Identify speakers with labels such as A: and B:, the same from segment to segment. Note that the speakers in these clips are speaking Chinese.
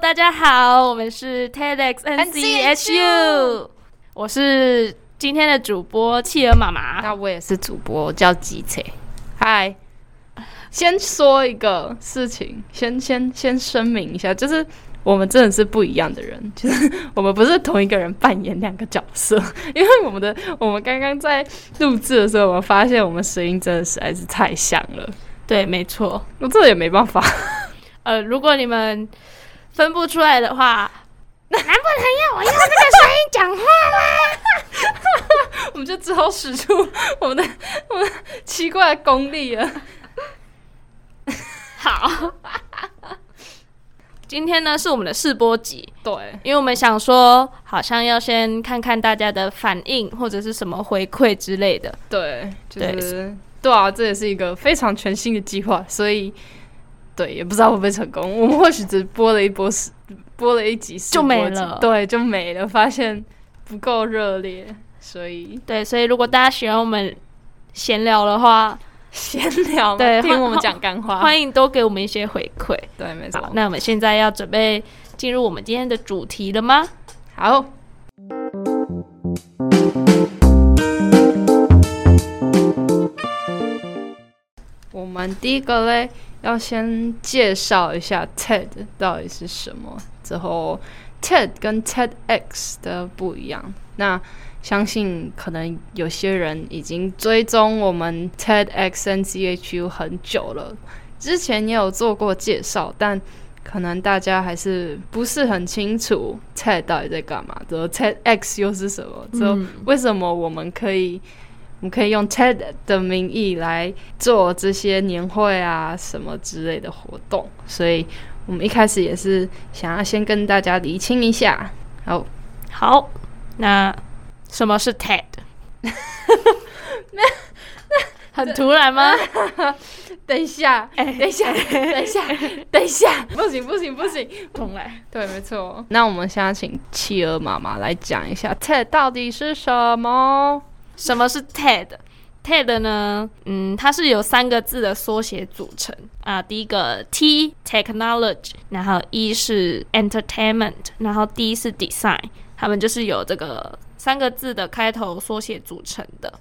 A: 大家好，我们是 TEDx NCHU，我是今天的主播企鹅妈妈。
B: 那我也是主播，我叫吉切。嗨，先说一个事情，先先先声明一下，就是我们真的是不一样的人，就是我们不是同一个人扮演两个角色， 因为我们的我们刚刚在录制的时候，我们发现我们声音真的实在是太像了，
A: 对，没错。
B: 我这也没办法。
A: 呃，如果你们分不出来的话，男朋友，我用这个声音讲话啦。
B: 我们就只好使出我们的我们的奇怪的功力了。
A: 好，今天呢是我们的试播集，
B: 对，
A: 因为我们想说，好像要先看看大家的反应或者是什么回馈之类的。
B: 对，就
A: 对
B: 是对啊，这也是一个非常全新的计划，所以对，也不知道会不会成功。我们或许只播了一波试，播了一集试
A: 就没
B: 播集
A: 了
B: 对，就没了，发现不够热烈，所以
A: 对，所以如果大家喜欢我们闲聊的话，
B: 闲聊嘛
A: 对
B: 听
A: 欢
B: 我们讲干话，
A: 欢迎多给我们一些回馈。
B: 对，没
A: 好
B: 错，。
A: 那我们现在要准备进入我们今天的主题了吗？
B: 好，我们第一个嘞，要先介绍一下 TED 到底是什么，之后 TED 跟 TEDx 的不一样。那相信可能有些人已经追踪我们 TEDx N C H U 很久了，之前也有做过介绍，但可能大家还是不是很清楚 TED 到底在干嘛，之后 TEDx 又是什么，之后
A: 嗯
B: 为什么我们可以，我们可以用 TED 的名义来做这些年会啊什么之类的活动，所以我们一开始也是想要先跟大家厘清一下。好，
A: 好，那什么是 TED？很突然 吗？
B: 等一下，
A: 哎
B: 等一下，等一 下，等一下，不行不行不行，
A: 重来。
B: 对，没错。那我们现在请企鹅妈妈来讲一下 TED 到底是什么？
A: 什么是 TED？TED 呢？嗯，它是由三个字的缩写组成啊、第一个 T technology，然后 E 是 entertainment，然后 D 是 design，它们就是由这个三个字的开头缩写组成的。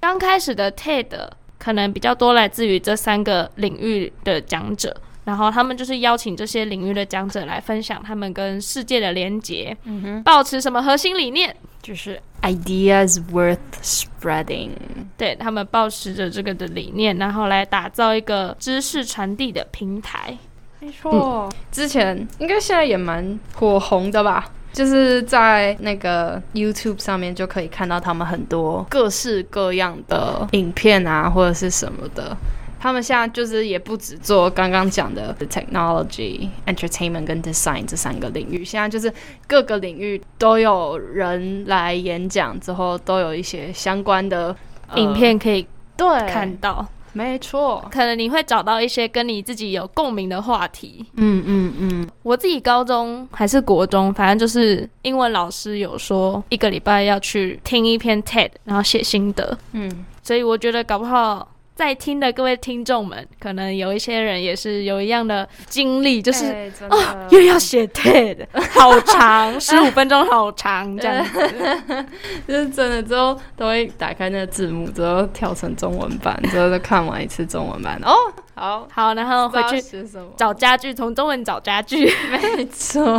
A: 刚开始的 TED 可能比较多来自于这三个领域的讲者，然后他们就是邀请这些领域的讲者来分享他们跟世界的连结，
B: 嗯哼
A: 保持什么核心理念，就是
B: ，Ideas worth spreading。
A: 对他们保持着这个的理念，然后来打造一个知识传递的平台。
B: 没错，之前应该现在也蛮火红的吧。就是在那个 YouTube 上面就可以看到他们很多各式各样的影片啊，或者是什么的。他们现在就是也不只做刚刚讲的 technology、entertainment 跟 design 这三个领域，现在就是各个领域都有人来演讲，之后都有一些相关的、呃
A: 影片可以
B: 对
A: 看，到，
B: 没错，
A: 可能你会找到一些跟你自己有共鸣的话题。
B: 嗯嗯嗯，
A: 我自己高中还是国中，反正就是英文老师有说一个礼拜要去听一篇 TED，然后写心得。
B: 嗯，
A: 所以我觉得搞不好在听的各位听众们，可能有一些人也是有一样的经历，就是
B: 哎真的
A: 又要写 TED，好长，十五分钟好长，这 样子。
B: 就是真的之后都会打开那个字幕，之后跳成中文版，之后再看完一次中文版。哦，好，
A: 好，然后回
B: 不知道
A: 去
B: 写什么？
A: 找家具，从中文找家具。
B: 没错，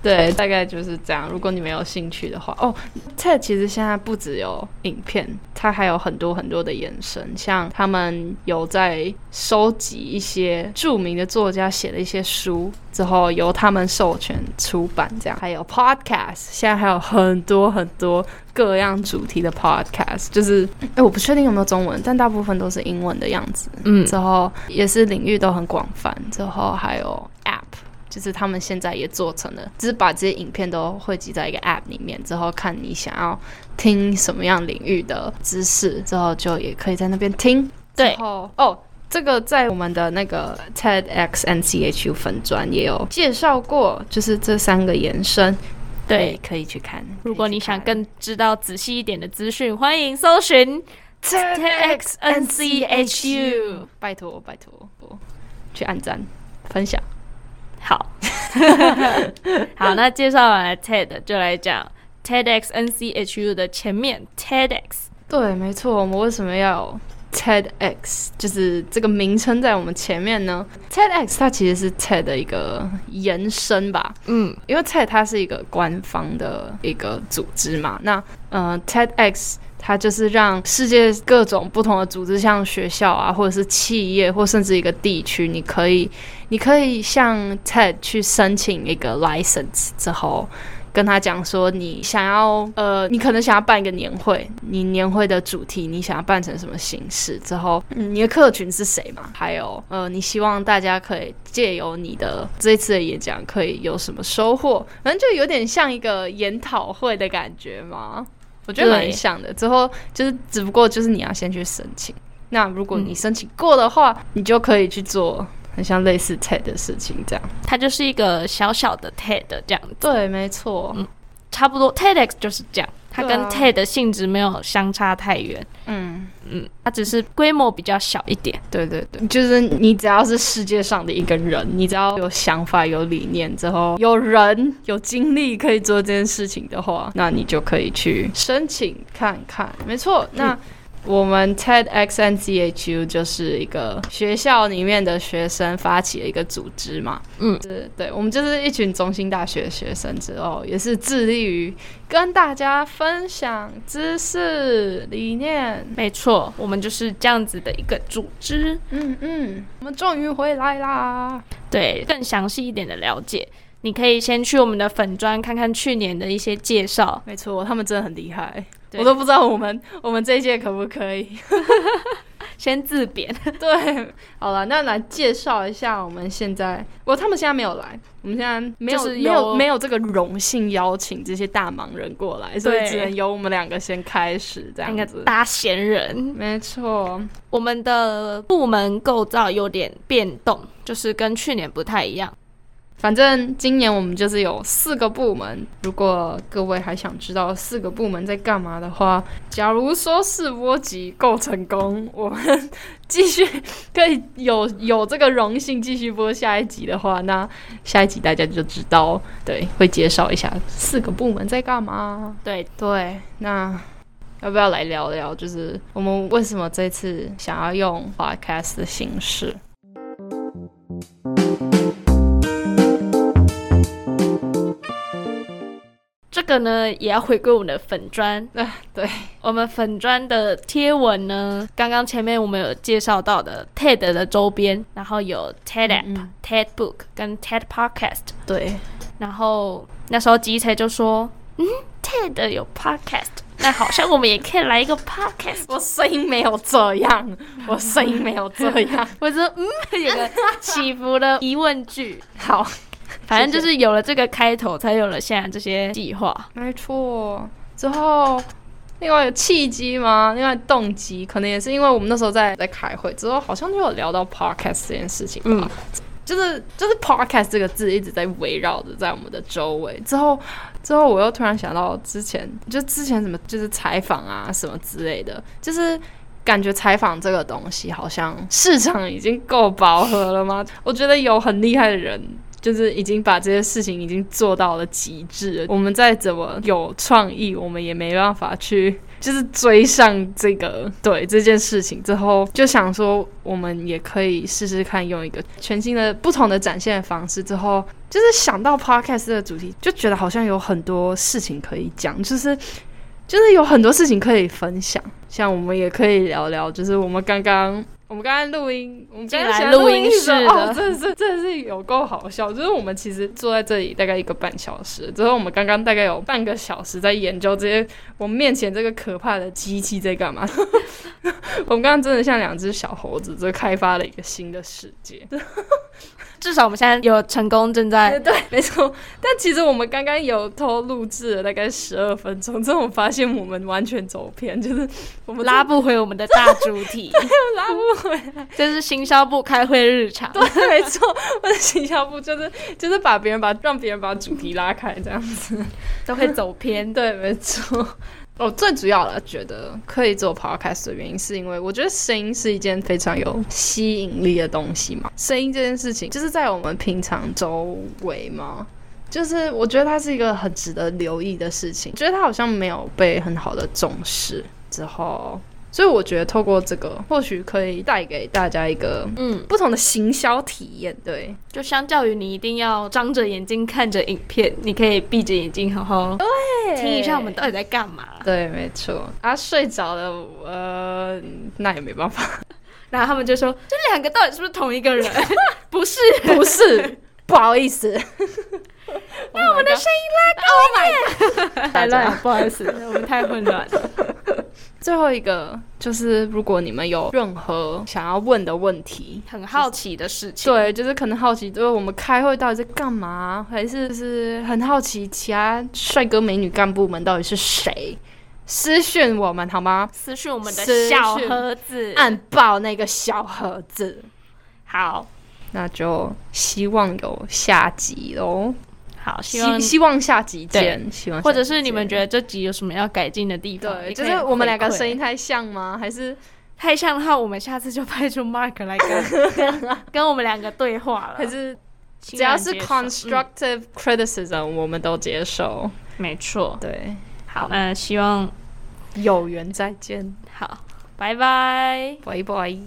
B: 对，大概就是这样。如果你们有兴趣的话，哦，TED 其实现在不只有影片，它还有很多很多的延伸，像他们有在收集一些著名的作家写的一些书，之后由他们授权出版，这样还有 Podcast，现在还有很多很多各样主题的 Podcast，就是哎，我不确定有没有中文，但大部分都是英文的样子。
A: 嗯
B: 之后也是领域都很广泛，之后还有 App，就是他们现在也做成了，就是把这些影片都汇集在一个 App 里面，之后看你想要听什么样领域的知识，之后就也可以在那边听。
A: 对
B: 然，后哦。这个在我们的那个 TEDx NCHU 粉专也有介绍过，就是这三个延伸，
A: 对，
B: 可以去看。
A: 如果你想更知道仔细一点的资讯，欢迎搜寻 TEDx NCHU。
B: 拜托拜托，去按赞分享。
A: 好，好，那介绍完了 TED，就来讲 E TEDx NCHU 的前面 E TEDx。
B: 对，没错，我们为什么要有 TEDx？就是这个名称在我们前面呢？TEDx 它其实是 TED 的一个延伸吧，
A: 嗯，
B: 因为 TED 它是一个官方的一个组织嘛。那呃，TEDx 它就是让世界各种不同的组织，像学校啊，或者是企业，或甚至一个地区，你可以你可以向 TED 去申请一个 license 之后，跟他讲说你想要呃，你可能想要办一个年会，你年会的主题你想要办成什么形式，之后、嗯你的客群是谁嘛？还有呃，你希望大家可以借由你的这一次的演讲可以有什么收获？反正就有点像一个研讨会的感觉嘛，我觉得
A: 对
B: 蛮像的。之后就是只不过就是你要先去申请，那如果你
A: 嗯
B: 申请过的话，你就可以去做很像类似 TED 的事情这样。
A: 它就是一个小小的 TED 这样子，
B: 对，没错，
A: 嗯差不多 TEDx 就是这样，它
B: 对
A: 跟
B: 啊
A: TED 的性质没有相差太远，
B: 嗯。
A: 嗯，它只是规模比较小一点。
B: 对对对，就是你只要是世界上的一个人，你只要有想法、有理念之后，有人有精力可以做这件事情的话，那你就可以去申请看看。没错，那。我们 E TEDx NCHU 就是一个学校里面的学生发起的一个组织嘛，
A: 嗯
B: 是对，我们就是一群中心大学的学生之后，也是致力于跟大家分享知识、理念，
A: 没错，我们就是这样子的一个组织。
B: 嗯嗯，我们终于回来啦！
A: 对，更详细一点的了解，你可以先去我们的粉专看看去年的一些介绍。
B: 没错，他们真的很厉害，
A: 对
B: 我都不知道我们我们这一届可不 可以。
A: 先自贬，
B: 对，好了，那来介绍一下我们现在，我他们现在没有来，我们现在没有
A: 就是
B: 没有
A: 由
B: 没有这个荣幸邀请这些大忙人过来，所以
A: 对
B: 只能由我们两个先开始这
A: 那个
B: 样子。
A: 大闲人。
B: 没错，
A: 我们的部门构造有点变动，就是跟去年不太一样。
B: 反正今年我们就是有四个部门，如果各位还想知道四个部门在干嘛的话，假如说试播集够成功，我们继续 可以有有这个荣幸继续播下一集的话，那下一集大家就知道，对，会介绍一下四个部门在干嘛。
A: 对，
B: 对，那要不要来聊聊，就是我们为什么这次想要用 podcast 的形式？
A: 这个呢也要回归我们的粉砖。
B: 啊 对，
A: 我们粉砖的贴文呢，刚刚前面我们有介绍到的 TED 的周边，然后有 TED App、
B: 嗯嗯
A: TED Book 跟 TED Podcast。
B: 对，
A: 然后那时候吉才就说：“嗯，TED 有 Podcast，那好像我们也可以来一个 Podcast。
B: 我声音没有这样，我声音没有这样。”
A: 我说：“嗯，有个起伏的疑问句。”
B: 好，
A: 反正就是有了这个开头，才有了现在这些计划。
B: 没错。之后，另外有契机吗？另外动机，可能也是因为我们那时候在在开会，之后好像就有聊到 podcast 这件事情吧。
A: 嗯
B: 就是就是 podcast 这个字一直在围绕着在我们的周围。之后之后，我又突然想到之前就之前什么就是采访啊什么之类的，就是。感觉采访这个东西好像市场已经够饱和了吗？我觉得有很厉害的人，就是已经把这些事情已经做到了极致了。我们再怎么有创意，我们也没办法去就是追上这个对这件事情之后，就想说我们也可以试试看用一个全新的、不同的展现方式。之后就是想到 podcast 这个主题，就觉得好像有很多事情可以讲，就是。就是有很多事情可以分享，像我们也可以聊聊，就是我们刚刚我们刚刚录音，我们刚刚
A: 进来
B: 想
A: 录音
B: 的时候
A: 室的
B: 哦，真的是真的是有够好笑。就是我们其实坐在这里大概一个半小时，之后我们刚刚大概有半个小时在研究这些我们面前这个可怕的机器在干嘛？ 我们刚刚真的像两只小猴子，就开发了一个新的世界。
A: 至少我们现在有成功，正在
B: 对，没错。但其实我们刚刚有偷录制了大概十二分钟，之后我发现我们完全走偏，就是我们
A: 拉不回我们的大主 题，
B: 拉不回来。
A: 这是行销部开会日常。
B: 对，没错，我的行销部就是就是把别人把让别人把主题拉开这样子。
A: 都会走偏。
B: 对，没错。我最主要的觉得可以做 podcast 的原因，是因为我觉得声音是一件非常有吸引力的东西嘛。声音这件事情，就是在我们平常周围嘛，就是我觉得它是一个很值得留意的事情，觉得它好像没有被很好的重视。之后，所以我觉得透过这个，或许可以带给大家一个
A: 嗯，
B: 不同的行销体验。对，
A: 就相较于你一定要张着眼睛看着影片，你可以闭着眼睛好好听一下我们到底在干嘛。
B: 对，没错。啊，睡着了，呃，那也没办法，
A: 然后他们就说，这两个到底是不是同一个 人？不是，
B: 不是，不好意 思。
A: 那我们的声音拉高太乱了，不好意思，我们太混乱了。
B: 最后一个就是，如果你们有任何想要问的问题，
A: 很好奇的事情，
B: 对，就是可能好奇，就是我们开会到底在干嘛，还是就是很好奇其他帅哥美女干部们到底是谁，私讯我们好吗？
A: 私讯我们的
B: 私
A: 小
B: 讯
A: 盒子。
B: 按爆那个小盒子，
A: 好
B: 那就希望有下集喽，
A: 好，希望
B: 希希望下集
A: 对
B: 见，希望
A: 或者是你们
B: 得。
A: 觉得这集有什么要改进的地方？
B: 对，
A: 也
B: 就
A: 可以
B: 是我们两个
A: 回馈
B: 声音太像吗？还是
A: 太像的话，我们下次就派出 Mark 来跟 跟我们两个对话了。
B: 还是
A: 欣
B: 只要
A: 然
B: 是
A: 接受嗯
B: constructive criticism，我们都接受。
A: 没错。
B: 对，
A: 好，那希望
B: 有缘再见，
A: 好，拜拜。
B: 拜拜。